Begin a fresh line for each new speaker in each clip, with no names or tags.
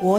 国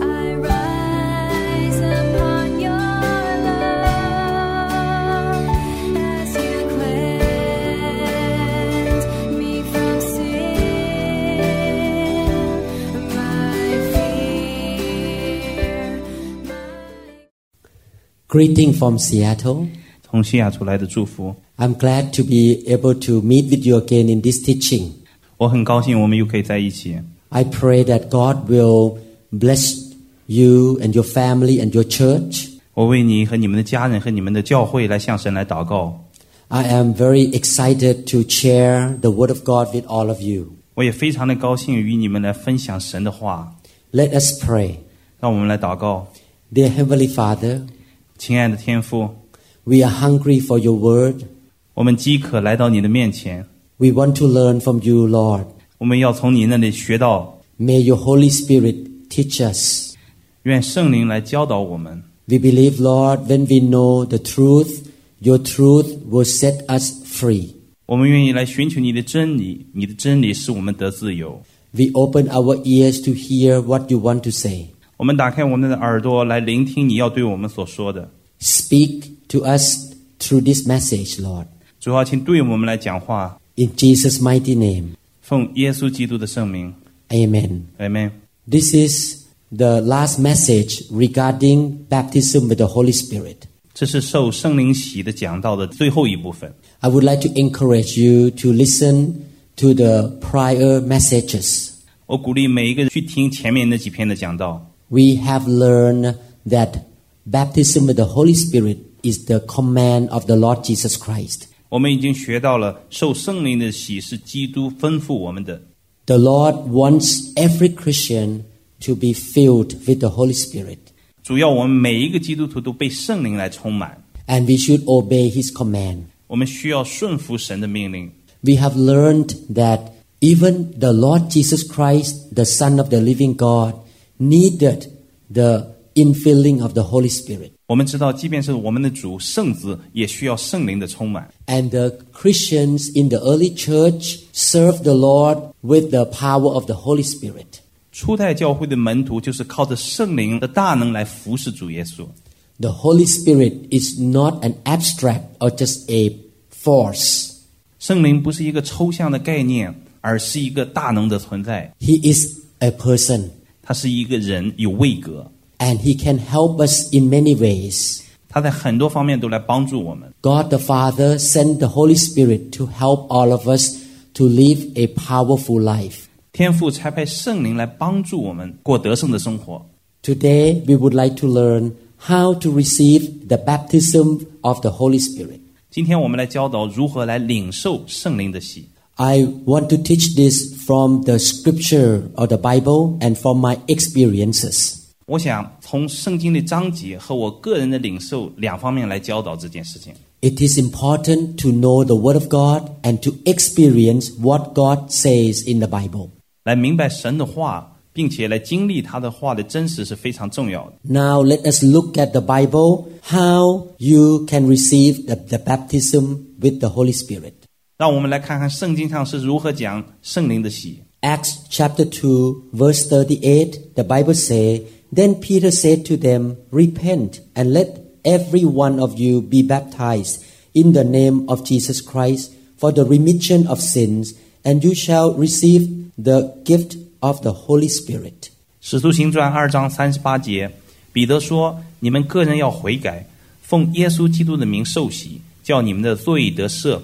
I rise upon your love as you cleanse me from sin, my fear.
Greeting from Seattle.
从西雅图来的祝福。
I'm glad to be able to meet with you again in this teaching.
我很高兴我们又可以在一起。
I pray that God will bless you and your family and your church.
我为你和你们的家人和你们的教会来向神来祷告。
I am very excited to share the Word of God with all of you.
我也非常的高兴与你们来分享神的话。
Let us pray.
让我们来祷告，
Dear Heavenly Father,
亲爱的天父，
we are hungry for your Word.
我们饥渴来到你的面前，
We want to learn from you, Lord.
我们要从你那里学到。
May your Holy Spirit teach us.
愿圣灵来教导我们。
We believe, Lord, when we know the truth, your truth will set us free.
我们愿意来寻求你的真理，你的真理使我们得自由。
We open our ears to hear what you want to say.
我们打开我们的耳朵来聆听你要对我们所说的。
Speak to us through this message, Lord.
主要请对我们来讲话，
In Jesus' mighty name.
奉耶稣基督的圣名
Amen.
，Amen。
This is the last message regarding baptism with the Holy Spirit.
这是受圣灵洗的讲到的最后一部分。
I would like to encourage you to listen to the prior messages.
我鼓励每一个人去听前面那几篇的讲道。
We have learned that baptism with the Holy Spirit is the command of the Lord Jesus Christ.
我们已经学到了，受圣灵的洗是基督吩咐我们的。
The Lord wants every Christian to be filled with the Holy Spirit,
主要我们每一个基督徒都被圣灵来充满，
and we should obey His command.
我们需要顺服神的命令。
We have learned that even the Lord Jesus Christ, the Son of the living God, needed the infilling of the Holy Spirit.
我们知道，即便是我们的主圣子，也需要圣灵的充满。
And the Christians in the early church served the Lord with the power of the Holy Spirit.
初代教会的门徒就是靠着圣灵的大能来服侍主耶稣。
The Holy Spirit is not an abstract or just a force.
圣灵不是一个抽象的概念，而是一个大能的存在。
He is a person
他是一个人，有位格，
and he can help us in many ways.
他在很多方面都来帮助我们。
God the Father sent the Holy Spirit to help all of us to live a powerful life.
天父差派圣灵来帮助我们过得胜的生活。
Today we would like to learn how to receive the baptism of the Holy Spirit.
今天我们来教导如何来领受圣灵的喜。
I want to teach this from the scripture or the Bible and from my experiences.
我想从圣经的章节和我个人的领受两方面来教导这件事情。
It is important to know the Word of God and to experience what God says in the Bible.
来明白神的话，并且来经历他的话的真实是非常重要的。
Now let us look at the Bible, how you can receive the, the baptism with the Holy Spirit.
让我们来看看圣经上是如何讲圣灵的喜。
Acts chapter 2 verse 38, the Bible say, Then Peter said to them, Repent and let every one of you be baptized in the name of Jesus Christ for the remission of sins, and you shall receive the gift of the Holy Spirit.
使徒行传二章三十八节，彼得说：“你们个人要悔改，奉耶稣基督的名受洗，叫你们的罪得赦，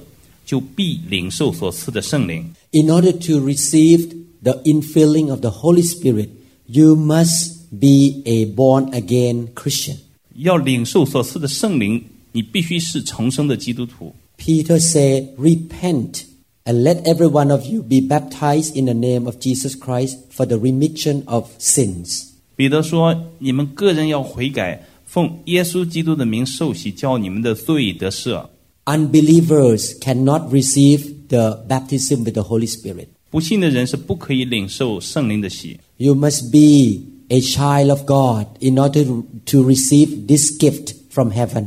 就必领受所赐的圣灵。
In order to receive the infilling of the Holy Spirit, you must be a born again Christian.
要领受所赐的圣灵，你必须是重生的基督徒。
Peter said, Repent and let every one of you be baptized in the name of Jesus Christ for the remission of sins. ”
彼得说：“你们个人要悔改，奉耶稣基督的名受洗，叫你们的罪得赦。
Unbelievers cannot receive the baptism with the Holy Spirit.
不信的人是不可以领受圣灵的喜。
You must be a child of God in order to- to receive this gift from heaven.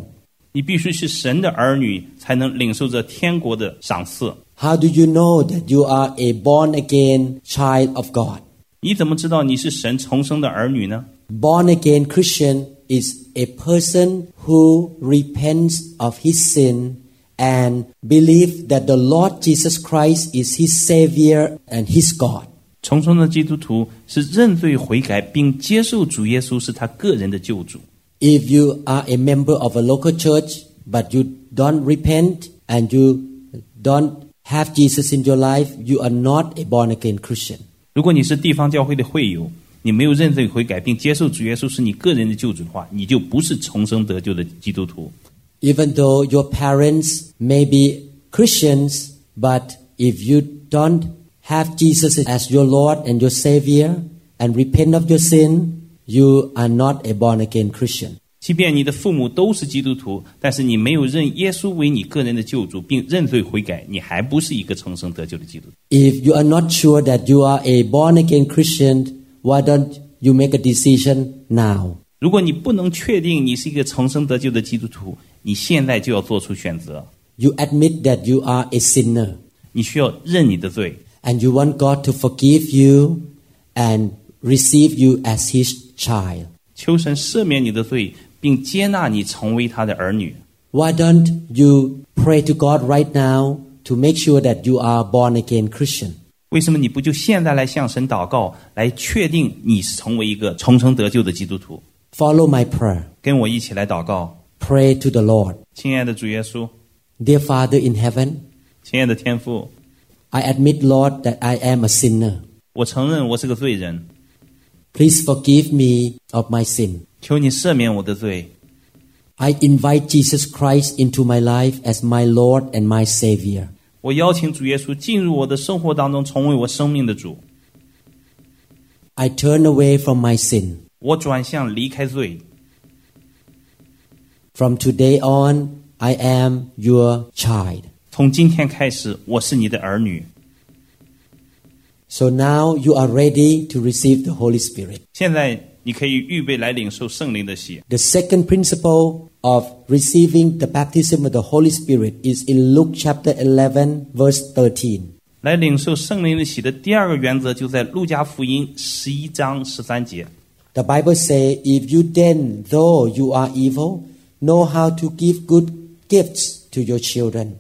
你必须是神的儿女，才能领受这天国的赏赐。
How do you know that you are a born again child of God?
你怎么知道你是神重生的儿女呢？
Born again Christian is a person who repents of his sin and believes that the Lord Jesus Christ is his Savior and his God.
重生的基督徒是认罪悔改，并接受主耶稣是他个人的救主。
If you are a member of a local church but you don't repent and you don't have Jesus in your life, you are not a born again Christian.
如果你是地方教会的会友，你没有认罪悔改并接受主耶稣是你个人的救主的话，你就不是重生得救的基督徒。
Even though your parents may be Christians, but if you don't have Jesus as your Lord and your Savior and repent of your sin, you are not a born again Christian.
即便你的父母都是基督徒，但是你没有认耶稣为你个人的救主，并认罪悔改，你还不是一个重生得救的基督徒。
If you are not sure that you are a born again Christian, why don't you make a decision now?
如果你不能确定你是一个重生得救的基督徒，你现在就要做出选择，
You admit that you are a sinner
你需要认你的罪，
and you want God to forgive you and receive you as His child.
求神赦免你的罪，并接纳你成为他的儿女。
Why don't you pray to God right now to make sure that you are born again Christian?
为什么你不就现在来向神祷告，来确定你是成为一个重生得救的基督徒？
Follow my prayer.
跟我一起来祷告，
Pray to the Lord.
亲爱的主耶稣，
Dear Father in heaven,
亲爱的天父，
I admit, Lord, that I am a sinner.
我承认我是个罪人，
Please forgive me of my sin.
求你赦免我的罪，
I invite Jesus Christ into my life as my Lord and my Savior.
我邀请主耶稣进入我的生活当中，成为我生命的主。
I turn away from my sin.
我转向离开罪，
From today on, I am your child.
从今天开始，我是你的儿女。
So now you are ready to receive the Holy Spirit.
现在你可以预备来领受圣灵的血。
The second principle of receiving the baptism of the Holy Spirit is in Luke chapter 11, verse 13.
来领受圣灵的喜的第二个原则，就在路加福音十一章十三节。
The Bible says, If you then, though you are evil, know how to give good gifts to your children,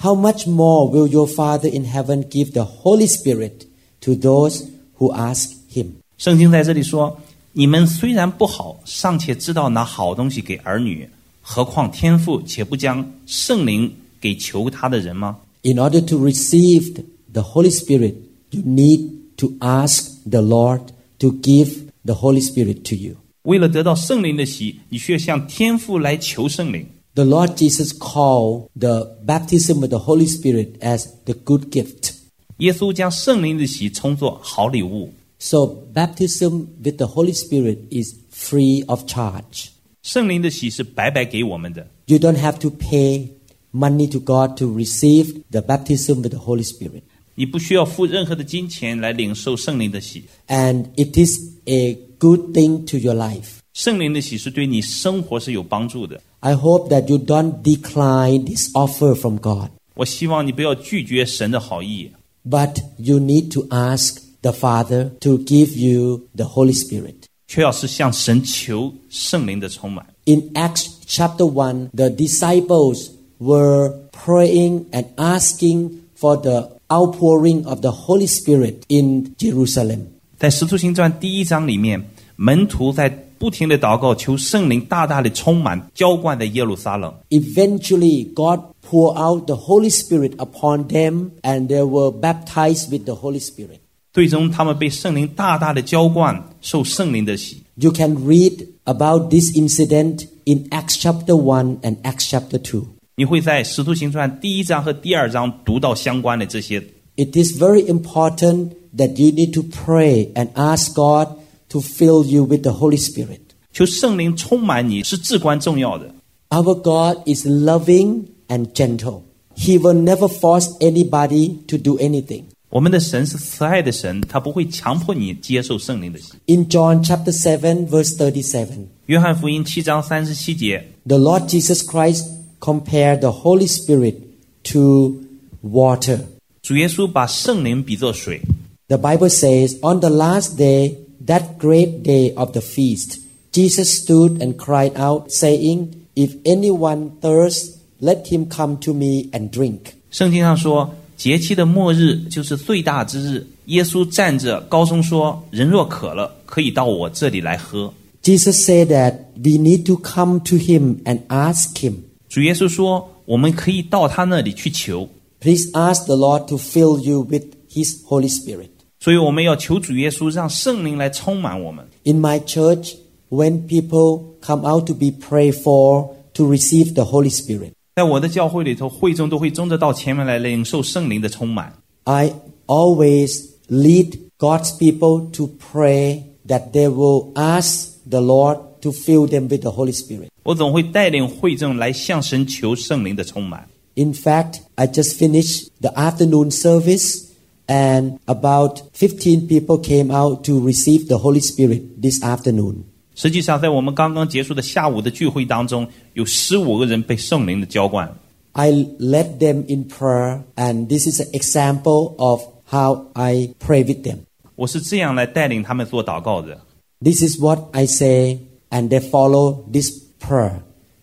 how much more will your Father in heaven give the Holy Spirit to those who ask him?
圣经在这里说：“你们虽然不好，尚且知道拿好东西给儿女，何况天父且不将圣灵给求他的人吗
In order to receive the Holy Spirit, you need to ask the Lord to give the Holy Spirit to you.？”
为了得到圣灵的喜，你需要向天父来求圣灵。
The Lord Jesus called the baptism of the Holy Spirit as the good gift.
耶稣将圣灵的喜称作好礼物。
So, baptism with the Holy Spirit is free of charge.
圣灵的喜是白白给我们的，
You don't have to pay money to God to receive the baptism with the Holy Spirit.
你不需要付任何的金钱来领受圣灵的喜。
And it is a good thing to your life.
圣灵的喜是对你生活是有帮助的。
I hope that you don't decline this offer from God,
我希望你不要拒绝神的好意，
but you need to ask the Father to give you the Holy Spirit.
却要是向神求圣灵的充满。
In Acts chapter 1, the disciples were praying and asking for the outpouring of the Holy Spirit in Jerusalem.
在《使徒行传》第一章里面，门徒在不停的祷告，求圣灵大大的充满浇灌在耶路撒冷。
Eventually, God poured out the Holy Spirit upon them and they were baptized with the Holy Spirit.
最终，他们被圣灵大大的浇灌，受圣灵的洗。
You can read about this incident in Acts chapter 1 and Acts chapter 2.
你会在《使徒行传》第一章和第二章读到相关的这些。
It is very important that you need to pray and ask God to fill you with the Holy Spirit.
求圣灵充满你是至关重要的。
Our God is loving and gentle. He will never force anybody to do anything.
我们的神是慈爱的神，他不会强迫你接受圣灵的洗。
In John chapter 7 verse 37,
约翰福音七章三十七节，
the Lord Jesus Christ compared the Holy Spirit to water.
主耶稣把圣灵比作水。
The Bible says, On the last day, that great day of the feast, Jesus stood and cried out, saying, If anyone thirsts, let him come to me and drink.
圣经上说，节期的末日就是最大之日。耶稣站着高声说：“人若渴了，可以到我这里来喝。
Jesus said that we need to come to him and ask him. ”
主耶稣说：“我们可以到他那里去求。
Please ask the Lord to fill you with his Holy Spirit. ”
所以我们要求主耶稣让圣灵来充满我们。
In my church, when people come out to be prayed for to receive the Holy Spirit,
在我的教会里头，会众都会争着到前面来领受圣灵的充满。
I always lead God's people to pray that they will ask the Lord to fill them with the Holy Spirit.
我总会带领会众来向神求圣灵的充满。
In fact, I just finished the afternoon service and about 15 people came out to receive the Holy Spirit this afternoon.
实际上，在我们刚刚结束的下午的聚会当中，有十五个人被圣灵的浇灌。
I led them in prayer and this is an example of how I pray with them.
我是这样来带领他们做祷告的。
This is what I say and they follow this prayer.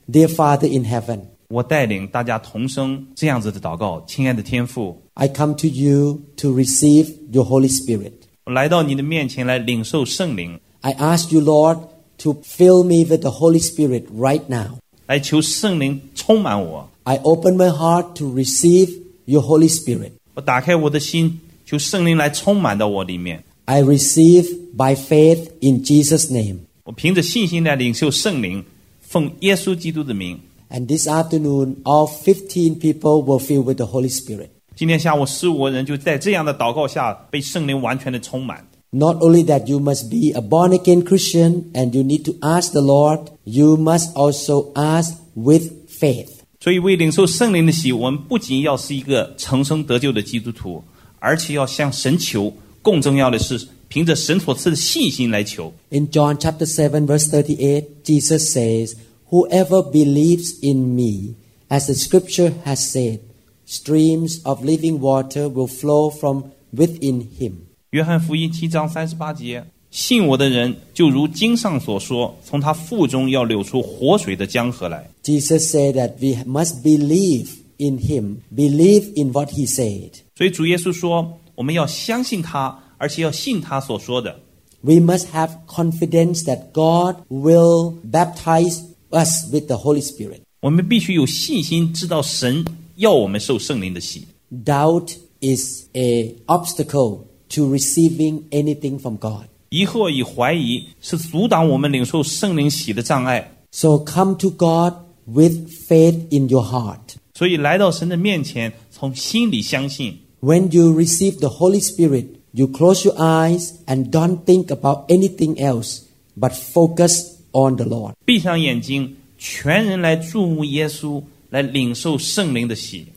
Dear Father in heaven,
我带领大家同声这样子的祷告：亲爱的天父，
I come to you to receive your Holy Spirit.
我来到你的面前来领受圣灵，
I ask you, Lord, to fill me with the Holy Spirit right now.
来求圣灵充满我。
I open my heart to receive your Holy Spirit.
我打开我的心，求圣灵来充满到我里面。
I receive by faith in Jesus' name.
我凭着信心来领受圣灵，奉耶稣基督的名。
And this afternoon, all 15 people were filled with the Holy Spirit.
今天下午，十五个人就在这样的祷告下被圣灵完全的充满。
Not only that, you must be a born again Christian and you need to ask the Lord, you must also ask with faith.
所以，为领受圣灵的喜，我们不仅要是一个重生得救的基督徒，而且要向神求。更重要的是，凭着神所赐的信心来求。
In John chapter 7 verse 38, Jesus says, Whoever believes in me, as the scripture has said, streams of living water will flow from within him.
约翰福音七章三十八节：信我的人，就如经上所说，从他腹中要流出活水的江河来。
Jesus said that we must believe in him, believe in what he said.
所以，主耶稣说，我们要相信他，而且要信他所说的。
We must have confidence that God will baptize us with the Holy Spirit.
我们必须有信心，知道神要我们受圣灵的洗。
Doubt is a obstacle to receiving anything from God.
疑惑与怀疑是阻挡我们领受圣灵洗的障碍。
So come to God with faith in your heart.
所以来到神的面前，从心里相信。
When you receive the Holy Spirit, you close your eyes and don't think about anything else, but focus on the Lord.
闭上眼睛，全人来注目耶稣，来领受圣灵的喜。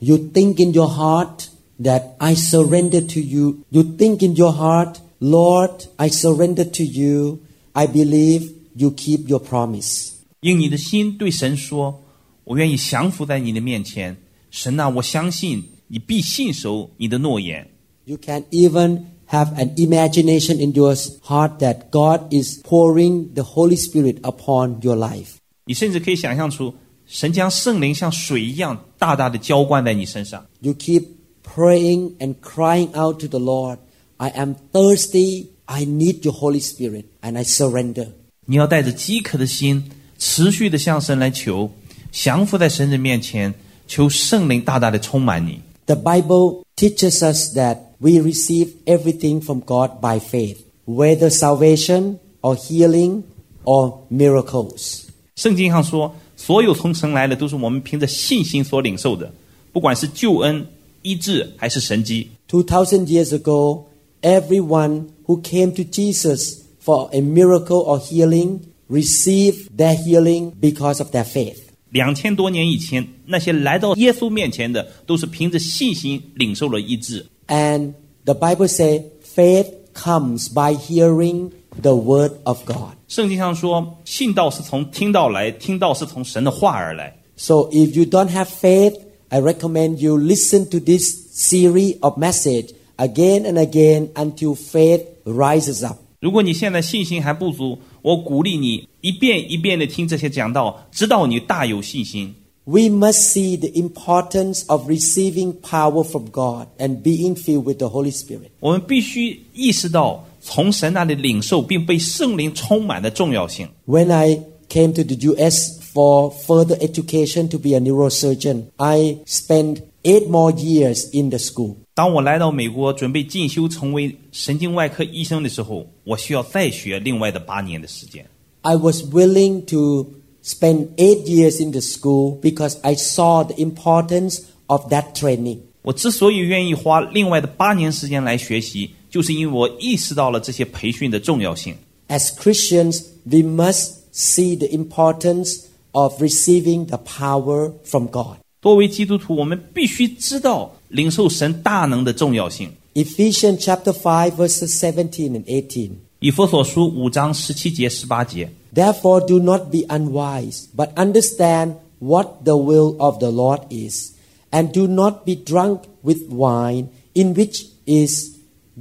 You think in your heart that I surrender to you. You think in your heart, Lord, I surrender to you. I believe you keep your promise.
用你的心对神说：“我愿意降服在你的面前，神呐、我相信你必信守你的诺言。
You can even have an imagination in your heart that God is pouring the Holy Spirit upon your life. ”
你甚至可以想象出，神将圣灵像水一样大大的浇灌在你身上。
You keep praying and crying out to the Lord, I am thirsty. I need your Holy Spirit and I surrender.
你要带着饥渴的心，持续的向神来求，降服在神的面前，求圣灵大大的充满你。
The Bible teaches us that we receive everything from God by faith, whether salvation or healing or miracles.
圣经上说，所有从神来的都是我们凭着信心所领受的，不管是救恩、医治还是神迹。
2,000 years ago, everyone who came to Jesus for a miracle or healing received their healing because of their faith.
两千多年以前，那些来到耶稣面前的，都是凭着信心领受了医治。
And the Bible says faith comes by hearing the word of God.
圣经上说，信道是从听到来，听到是从神的话而来。
So if you don't have faith, I recommend you listen to this series of message again and again until faith rises up.
如果你现在信心还不足，我鼓励你一遍一遍的听这些讲道，直到你大有信心。
We must see the importance of receiving power from God and being filled with the Holy Spirit.
我们必须意识到从神那里领受并被圣灵充满的重要性。
When I came to the US for further education to be a neurosurgeon, I spent eight more years in the school.
当我来到美国准备进修成为神经外科医生的时候，我需要再学另外的八年的时间。
I was willing to spend eight years in the school because I saw the importance of that training.
我之所以愿意花另外的八年时间来学习，就是因为我意识到了这些培训的重要性。
As Christians, we must see the importance of receiving the power from God.
作为基督徒，我们必须知道领受神大能的重要性。
Ephesians chapter 5 verses 17 and 18.
以佛所书五章十七节、十八节，
Therefore, do not be unwise, but understand what the will of the Lord is. And do not be drunk with wine, in which is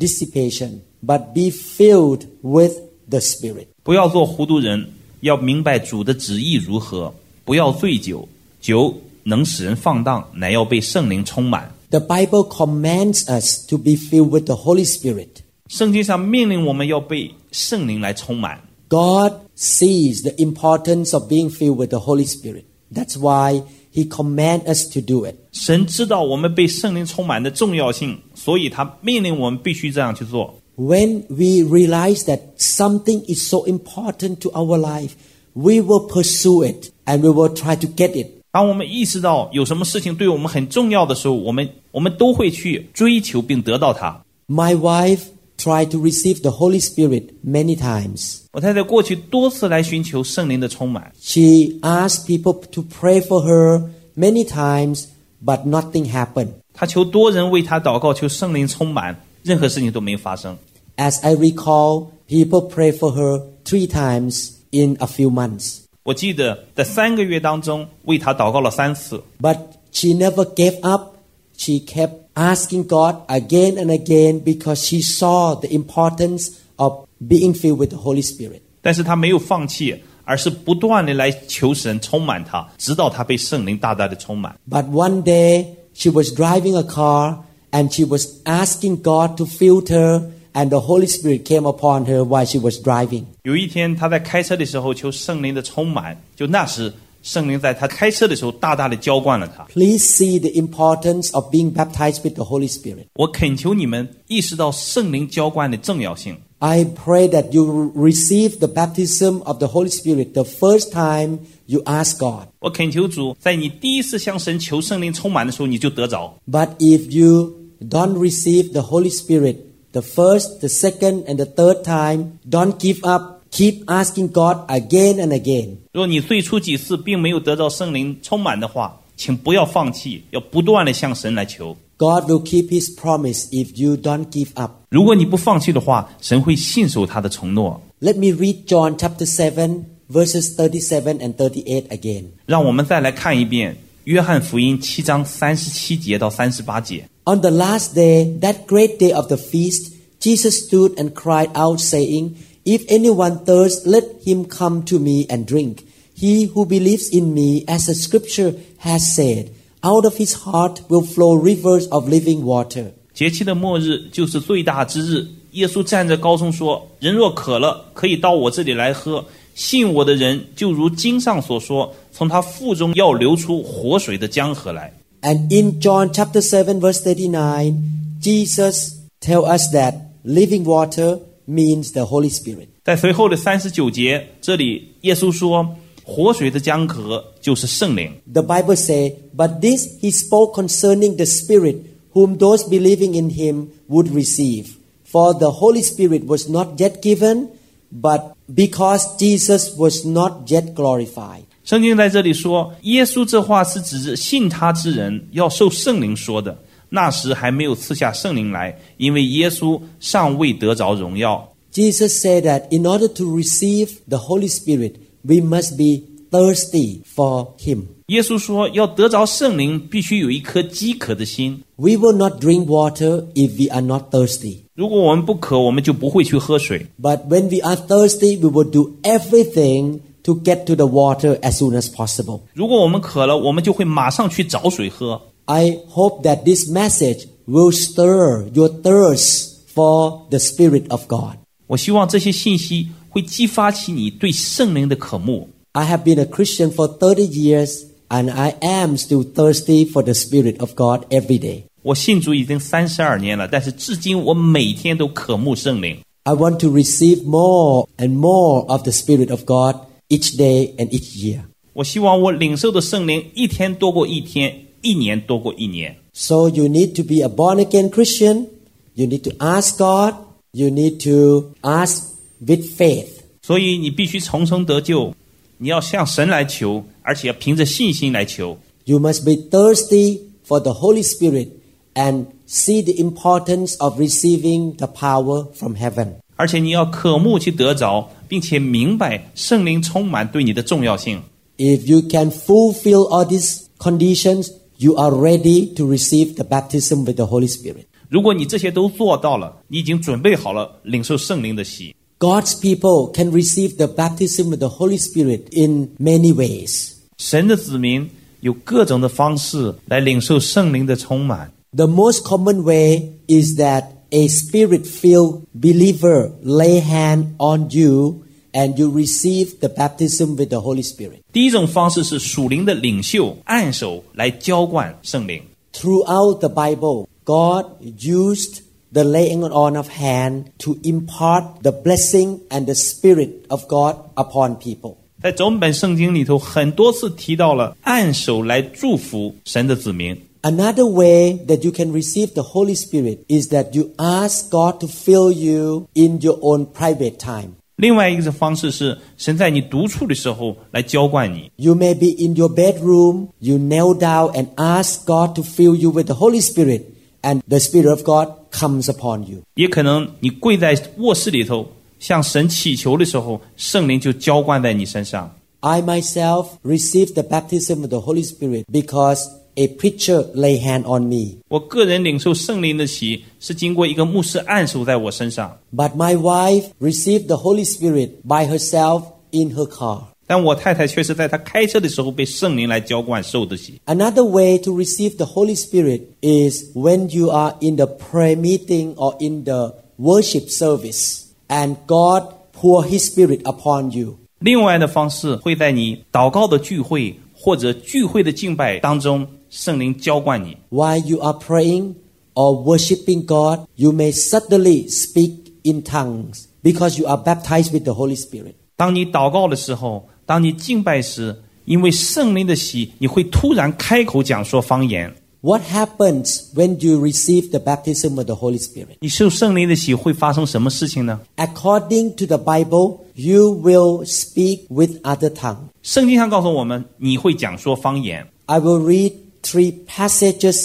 dissipation, but be filled with the Spirit.
不要做糊涂人，要明白主的旨意如何。不要醉酒，酒能使人放荡，乃要被圣灵充满。
The Bible commands us to be filled with the Holy Spirit.
圣经上命令我们要被圣灵来充满。
God sees the importance of being filled with the Holy Spirit. That's why He commands us to do it.
神知道我们被圣灵充满的重要性，所以他命令我们必须这样去做。
When we realize that something is so important to our life, we will pursue it and we will try to get it.
当我们意识到有什么事情对我们很重要的时候，我们我们都会去追求并得到它。
My wife tried to receive the Holy Spirit many times.
我太太过去多次来寻求圣灵的充满，
She asked people to pray for her many times, but nothing happened.
她求多人为她祷告，求圣灵充满，任何事情都没发生。
As I recall, people prayed for her three times in a few months,
我记得在三个月当中为她祷告了三次，
but she never gave up. She kept asking God again and again because she saw the importance of being filled with the Holy Spirit.
但是她没有放弃，而是不断的来求神充满她，直到她被圣灵大大的充满。
But one day, she was driving a car and she was asking God to fill her, and the Holy Spirit came upon her while she was driving.
有一天，他在开车的时候求圣灵的充满，就那时圣灵在他开车的时候大大的浇灌了他。
Please see the importance of being baptized with the Holy Spirit.
我恳求你们意识到圣灵浇灌的重要性。
I pray that you receive the baptism of the Holy Spirit the first time you ask God.
我恳求主，在你第一次向神求圣灵充满的时候，你就得着。
But if you don't receive the Holy Spirit the first, the second, and the third time, don't give up. Keep asking God again and again.
若你最初几次并没有得到圣灵充满的话，请不要放弃，要不断的向神来求。
God will keep His promise if you don't give up.
如果你不放弃的话，神会信守他的承诺。
Let me read John chapter 7, verses 37 and 38 again.
让我们再来看一遍《约翰福音》七章三十七节到三十八节。
On the last day, that great day of the feast, Jesus stood and cried out, saying, If anyone thirsts, let him come to me and drink. He who believes in me, as the scripture has said, out of his heart will flow rivers of living water.
节期的末日就是最大之日。耶稣站着高声说：“人若渴了，可以到我这里来喝。信我的人，就如经上所说，从他腹中要流出活水的江河来。
And in John chapter 7 verse 39, Jesus tells us that living water means the Holy Spirit. ”
在随后的三十九节，这里耶稣说：“活水的江河就是圣灵。
The Bible says, But this he spoke concerning the Spirit, whom those believing in him would receive. For the Holy Spirit was not yet given, but because Jesus was not yet glorified. ”
圣经在这里说，耶稣这话是指着信他之人要受圣灵说的。那时还没有赐下圣灵来，因为耶稣尚未得着荣耀。
Jesus said that in order to receive the Holy Spirit, we must be thirsty for Him.
耶稣说，要得着圣灵，必须有一颗饥渴的心。
We will not drink water if we are not thirsty.
如果我们不渴，我们就不会去喝水。
But when we are thirsty, we will do everything to get to the water as soon as possible.
如果我们渴了，我们就会马上去找水喝。
I hope that this message will stir your thirst for the Spirit of God.
我希望这些信息会激发起你对圣灵的渴慕。
I have been a Christian for 30 years and I am still thirsty for the Spirit of God every day.
我信主已经三十二年了，但是至今我每天都渴慕圣灵。
I want to receive more and more of the Spirit of God each day and each year.
我希望我领受的圣灵一天多过一天，一年多过一年。
So you need to be a born again Christian. You need to ask God. You need to ask with faith.
所以你必须重生得救，你要向神来求，而且要凭着信心来求。
You must be thirsty for the Holy Spirit and see the importance of receiving the power from heaven.
而且你要渴慕去得着，并且明白圣灵充满对你的重要性。
If you can fulfill all these conditions, you are ready to receive the baptism with the Holy Spirit.
如果你这些都做到了，你已经准备好了领受圣灵的喜。
God's people can receive the baptism with the Holy Spirit in many ways.
神的子民有各种的方式来领受圣灵的充满。
The most common way is that a spirit filled believer lay hand on you and you receive the baptism with the Holy Spirit.
第一种方式是属灵的领袖按手来浇灌圣灵。
Throughout the Bible, God used the laying on of hand to impart the blessing and the spirit of God upon people.
在整本圣经里头，很多次提到了按手来祝福神的子民。
Another way that you can receive the Holy Spirit is that you ask God to fill you in your own private time.
另外一个方式是，神在你独处的时候来浇灌你。
You may be in your bedroom, you kneel down and ask God to fill you with the Holy Spirit, and the Spirit of God comes upon you.
也可能你跪在卧室里头向神祈求的时候，圣灵就浇灌在你身上。
I myself received the baptism of the Holy Spirit because a preacher lay hand on me.
我个人领受圣灵的喜，是经过一个牧师按手在我身上，
But my wife received the Holy Spirit by herself in her car.
但我太太却是在她开车的时候被圣灵来浇灌受的喜。
Another way to receive the Holy Spirit is when you are in the prayer meeting or in the worship service and God pour his spirit upon you.
另外的方式会在你祷告的聚会或者聚会的敬拜当中，圣灵浇灌你。
While you are praying or worshiping God, you may suddenly speak in tongues because you are baptized with the Holy Spirit.
当你祷告的时候，当你敬拜时，因为圣灵的喜，你会突然开口讲说方言。
What happens when you receive the baptism of the Holy Spirit?
你受圣灵的喜会发生什么事情呢？
According to the Bible, you will speak with other tongues.
圣经上告诉我们，你会讲说方言。
I will read three passages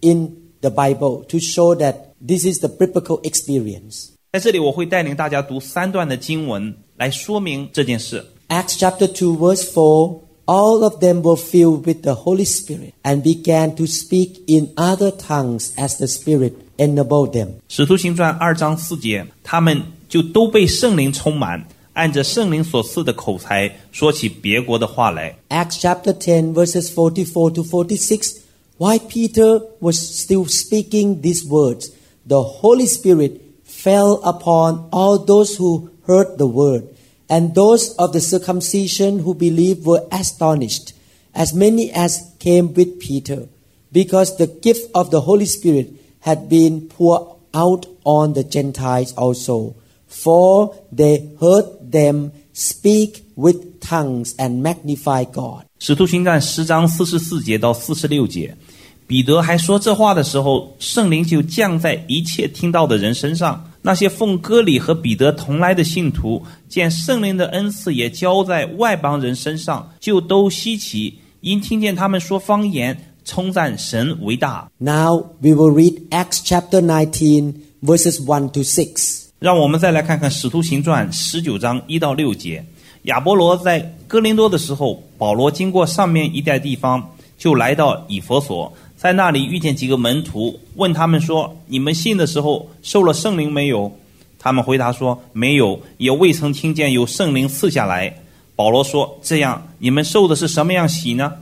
in the Bible to show that this is the biblical experience.
在这里，我会带领大家读三段的经文来说明这件事。
Acts chapter 2, verse 4 All of them were filled with the Holy Spirit and began to speak in other tongues as the Spirit enabled them.
使徒行传二章四节，他们就都被圣灵充满，按着圣灵所赐的口才，说起别国的话来。
Acts chapter 10, verses 44 to 46. While Peter was still speaking these words, the Holy Spirit fell upon all those who heard the word, and those of the circumcision who believed were astonished, as many as came with Peter, because the gift of the Holy Spirit had been poured out on the Gentiles also for they heard them speak with tongues and magnify God.
使徒行传十章四十四节到四十六节，彼得还说这话的时候，圣灵就降在一切听到的人身上，那些奉割礼和彼得同来的信徒，见圣灵的恩赐也交在外邦人身上，就都稀奇，因听见他们说方言，称赞神为大。
Now we will read Acts chapter 19, verses 1 to 6.
让我们再来看看《使徒行传》十九章一到六节。亚波罗在哥林多的时候，保罗经过上面一带地方，就来到以佛所，在那里遇见几个门徒，问他们说：“你们信的时候受了圣灵没有？”他们回答说：“没有，也未曾听见有圣灵赐下来。”保罗说：“这样，你们受的是什么样喜呢？”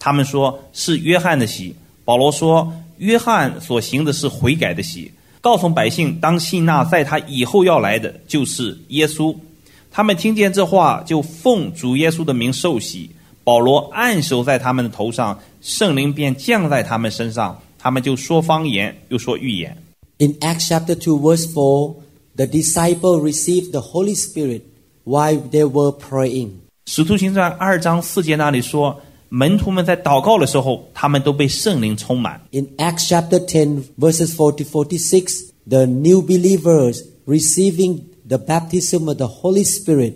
他们说是约翰的洗。保罗说，约翰所行的是悔改的洗，告诉百姓当信那在他以后要来的就是耶稣。他们听见这话，就奉主耶稣的名受洗。保罗按手在他们的头上，圣灵便降在他们身上，他们就说方言，又说预言。
In Acts chapter 2, verse 4, the disciple received the Holy Spirit while they were praying.
使徒行传二章四节那里说，门徒们在祷告的时候，他们都被圣灵充满。
In Acts chapter 10, verses 40 46, the new believers receiving the baptism of the Holy Spirit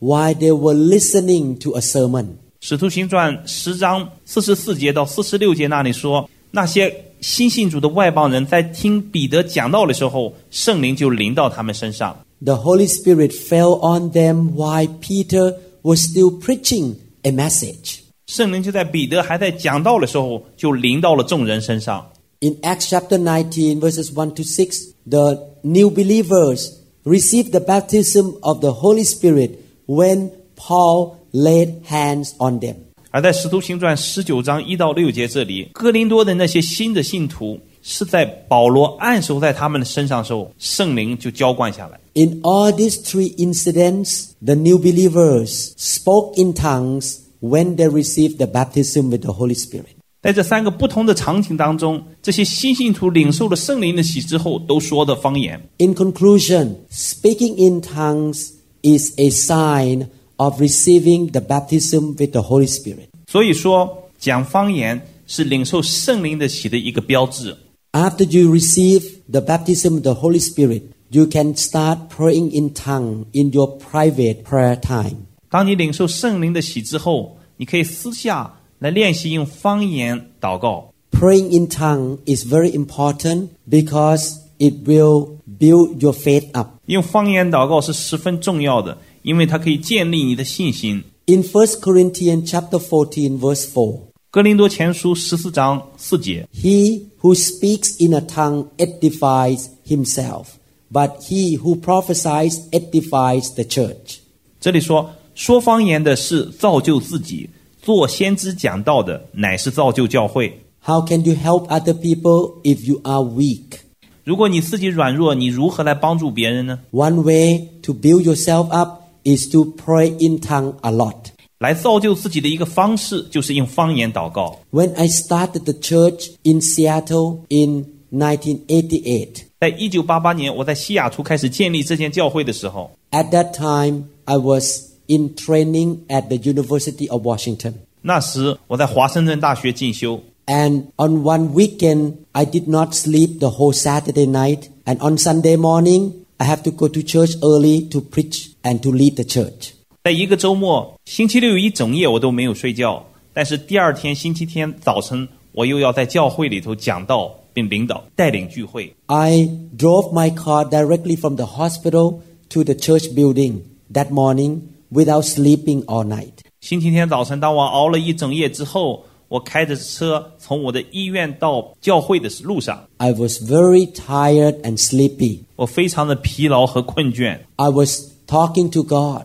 while they were listening to a sermon.
使徒行传十章四十四节到四十六节那里说，那些新信主的外邦人在听彼得讲道的时候，圣灵就临到他们身上。
The Holy Spirit fell on them while Peter was still preaching a message.
圣灵就在彼得还在讲道的时候，就临到了众人身上。
In Acts chapter 19, verses 1 to 6, the new believers received the baptism of the Holy Spirit when Paul laid hands on them.
而在使徒行传十九章一到六节这里，哥林多的那些新的信徒是在保罗按手在他们的身上的时候，圣灵就浇灌下来。
In all these three incidents, the new believers spoke in tongues when they received the baptism with the Holy Spirit.
在这三个不同的场景当中，这些新信徒领受了圣灵的洗之后，都说的方言。
In conclusion, speaking in tongues is a sign of receiving the baptism with the Holy Spirit.
所以说，讲方言是领受圣灵的喜的一个标志。
After you receive the baptism of the Holy Spirit, you can start praying in tongue in your private prayer time.
当你领受圣灵的喜之后，你可以私下来练习用方言祷告。
Praying in tongue is very important because it will build your faith up.
用方言祷告是十分重要的，因为它可以建立你的信心。
In 1 Corinthians chapter 14 verse 4,
哥林多前书十四章四节，
He who speaks in a tongue edifies himself, but he who prophesies edifies the church.
这里说说方言的是造就自己，做先知讲道的乃是造就教会。
How can you help other people if you are weak?
如果你自己软弱，你如何来帮助别人呢？
One way to build yourself up is to pray in tongue a lot.
来造就自己的一个方式就是用方言祷告。
When I started the church in Seattle in 1988,
在一九八八年，我在西雅图开始建立这间教会的时候，
at that time I was in training at the University of Washington.
那时我在华盛顿大学进修。
And on one weekend, I did not sleep the whole Saturday night. And on Sunday morning, I have to go to church early to preach and to lead the church.
在一个周末，星期六一整夜我都没有睡觉，但是第二天星期天早晨，我又要在教会里头讲道并领导带领聚会。
I drove my car directly from the hospital to the church building that morning without sleeping all night.
星期天早晨，当我熬了一整夜之后，我开着车从我的医院到教会的路上，
I was very tired and sleepy.
我非常的疲劳和困倦。
I was talking to God,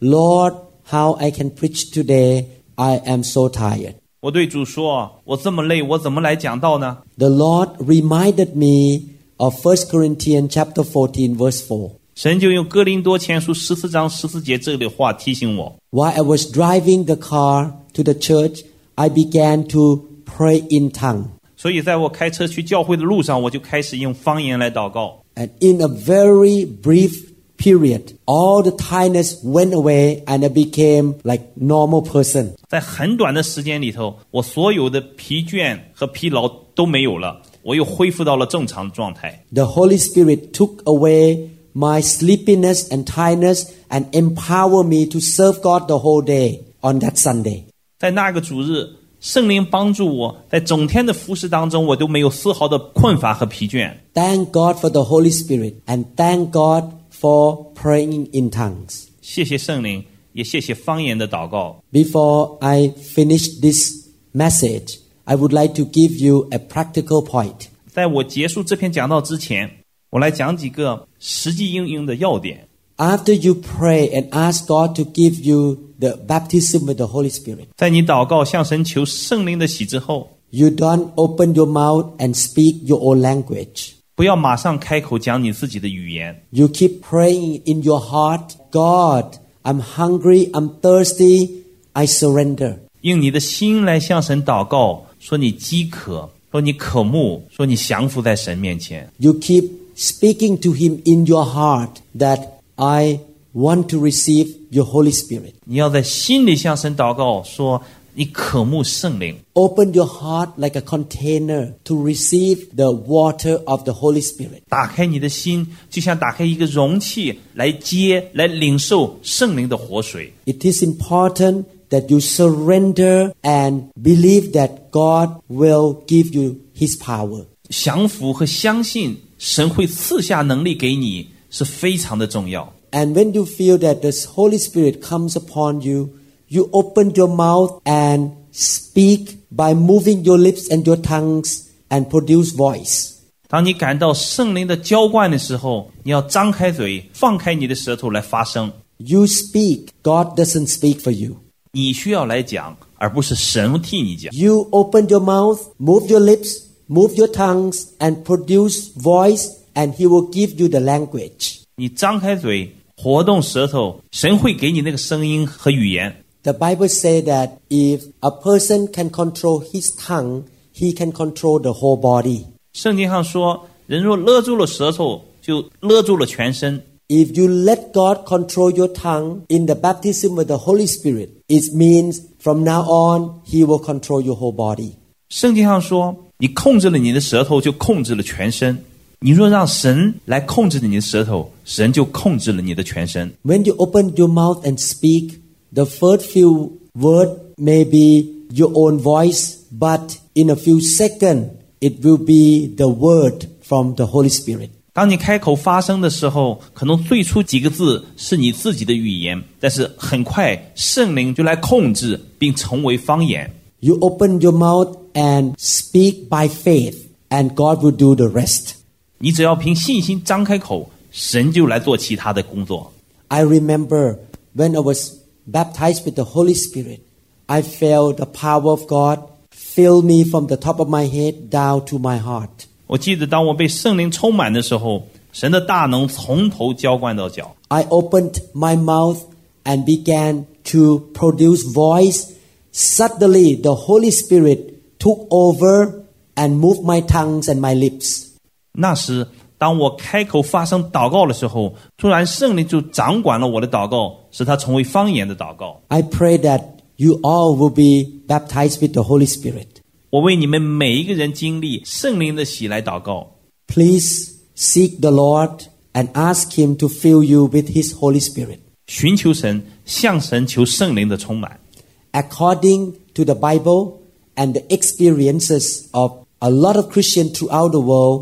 Lord, how I can preach today. I am so tired.
我对主说：“我这么累，我怎么来讲道呢？”
The Lord reminded me of 1 Corinthians chapter 14 verse 4.
神就用哥林多前书十四章十四节这里的话提醒我：
While I was driving the car to the church, I began to pray in tongue.
所以在我开车去教会的路上，我就开始用方言来祷告。
And in a very brief period, all the tiredness went away and I became like normal person.
在很短的时间里头，我所有的疲倦和疲劳都没有了，我又恢复到了正常的状态。
The Holy Spirit took away my sleepiness and tiredness and empowered me to serve God the whole day on that Sunday.
在那个主日，圣灵帮助我在整天的服侍当中，我都没有丝毫的困乏和疲倦。
Thank God for the Holy Spirit and thank God for praying in tongues.
谢谢圣灵，也谢谢方言的祷告。
Before I finish this message, I would like to give you a practical point.
在我结束这篇讲道之前，我来讲几个实际应用的要点。
After you pray and ask God to give you the baptism with the Holy Spirit,
在你祷告向神求圣灵的喜之后，
you don't open your mouth and speak your own language.
不要马上开口讲你自己的语言，
You keep praying in your heart, God, I'm hungry, I'm thirsty, I surrender.
用你的心来向神祷告，说你饥渴，说你渴慕，说你降服在神面前。
You keep speaking to Him in your heart that I want to receive your Holy Spirit.
你要在心里向神祷告，说你渴慕圣灵，
Open your heart like a container to receive the water of the Holy Spirit.
打开你的心，就像打开一个容器来接、来领受圣灵的活水。
It is important that you surrender and believe that God will give you His power.
降服和相信神会赐下能力给你是非常的重要。
And when you feel that the Holy Spirit comes upon you, you open your mouth and speak by moving your lips and your tongues and produce voice.
当你感到圣灵的浇灌的时候，你要张开嘴，放开你的舌头来发声。
You speak, God doesn't speak for you.
你需要来讲，而不是神替你讲。
You open your mouth, move your lips, move your tongues, and produce voice, and He will give you the language.
你张开嘴，活动舌头，神会给你那个声音和语言。
The Bible says that if a person can control his tongue, he can control the whole body.
圣经上说，人若勒住了舌头，就勒住了全身。
If you let God control your tongue in the baptism with the Holy Spirit, it means from now on He will control your whole body.
圣经上说，你控制了你的舌头，就控制了全身。你若让神来控制你的舌头，神就控制了你的全身。
When you open your mouth and speak, the first few words may be your own voice, but in a few seconds it will be the word from the Holy Spirit.
当你开口发声的时候，可能最初几个字是你自己的语言，但是很快圣灵就来控制并成为方言。
You open your mouth and speak by faith, and God will do the rest.
你只要凭信心张开口，神就来做其他的工作。
I remember when I was baptized with the Holy Spirit, I felt the power of God fill me from the top of my head down to my heart.
我记得当我被圣灵充满的时候，神的大能从头浇灌到脚。
I opened my mouth and began to produce voice. Suddenly, the Holy Spirit took over and moved my tongues and my lips.
那时，当我开口发声祷告的时候，突然圣灵就掌管了我的祷告，使它成为方言的祷告。
I pray that you all will be baptized with the Holy Spirit.
我为你们每一个人经历圣灵的喜来祷告。
Please seek the Lord and ask Him to fill you with His Holy Spirit.
寻求神，向神求圣灵的充满。
according to the Bible and the experiences of a lot of Christians throughout the world,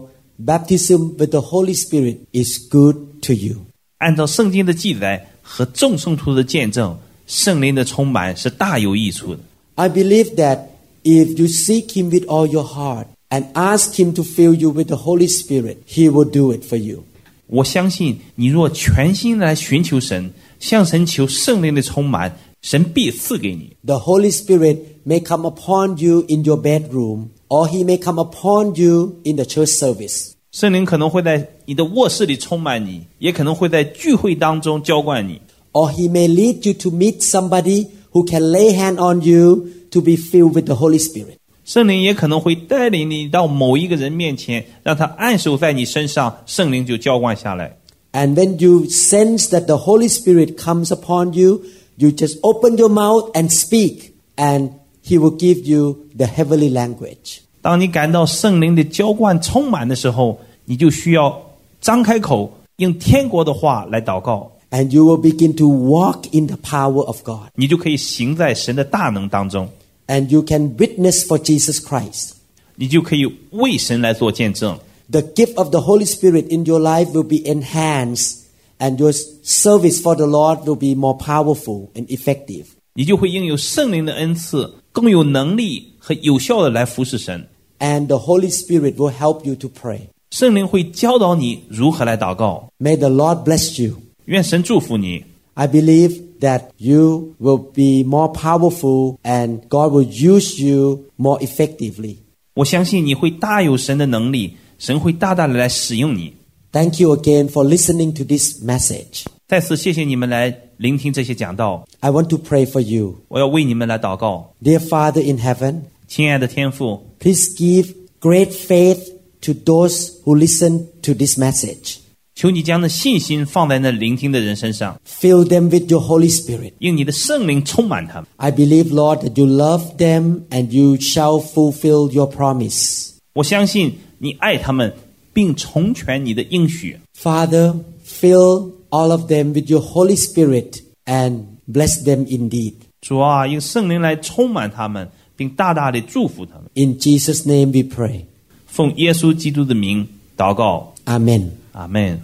baptism with the Holy Spirit is good to you.
按照圣经的记载和众圣徒的见证，圣灵的充满是大有益处的。
I believe that if you seek Him with all your heart and ask Him to fill you with the Holy Spirit, He will do it for you.
我相信，你若全心来寻求神，向神求圣灵的充满，神必赐给你。
The Holy Spirit may come upon you in your bedroom or He may come upon you in the church service.
圣灵可能会在你的卧室里充满你，也可能会在聚会当中浇灌你，
Or he may lead you to meet somebody who can lay hand on you to be filled with the Holy Spirit.
圣灵也可能会带领你到某一个人面前，让他按手在你身上，圣灵就浇灌下来。
And when you sense that the Holy Spirit comes upon you, you just open your mouth and speak, and he will give you the heavenly language.
当你感到圣灵的浇灌充满的时候，你就需要张开口，用天国的话来祷告，
and you will begin to walk in the power of God.
你就可以行在神的大能当中，
And you can witness for Jesus Christ.
你就可以为神来做见证。
The gift of the Holy Spirit in your life will be enhanced, and your service for the Lord will be more powerful and effective.
你就会拥有圣灵的恩赐，更有能力和有效的来服侍神。
And the Holy Spirit will help you to pray.
圣灵会教导你如何来祷告。
May the Lord bless you.
愿神祝福你。
I believe that you will be more powerful and God will use you more effectively.
我相信你会大有神的能力，神会大大的来使用你。
Thank you again for listening to this message.
再次谢谢你们来聆听这些讲道，
I want to pray for you.
我要为你们来祷告。
Dear Father in heaven,
亲爱的天父，
please give great faith to those who listen to this message.
求你将那信心放在那聆听的人身上，
Fill them with your Holy Spirit.
用你的圣灵充满他们。
I believe, Lord, that you love them and you shall fulfill your promise.
我相信你爱他们，并成全你的应许。
Father, fill all of them with your Holy Spirit and bless them indeed.
主啊，用圣灵来充满他们，并大大的祝福他们。
In Jesus' name we pray.
奉耶稣基督的名祷告，
Amen.
阿门。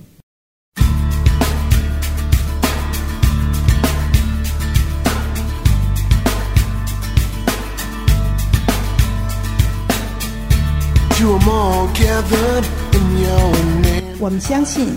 to 'em all gathered in your name.
我们相信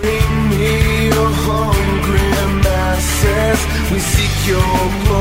Bring me your hungry masses. We seek your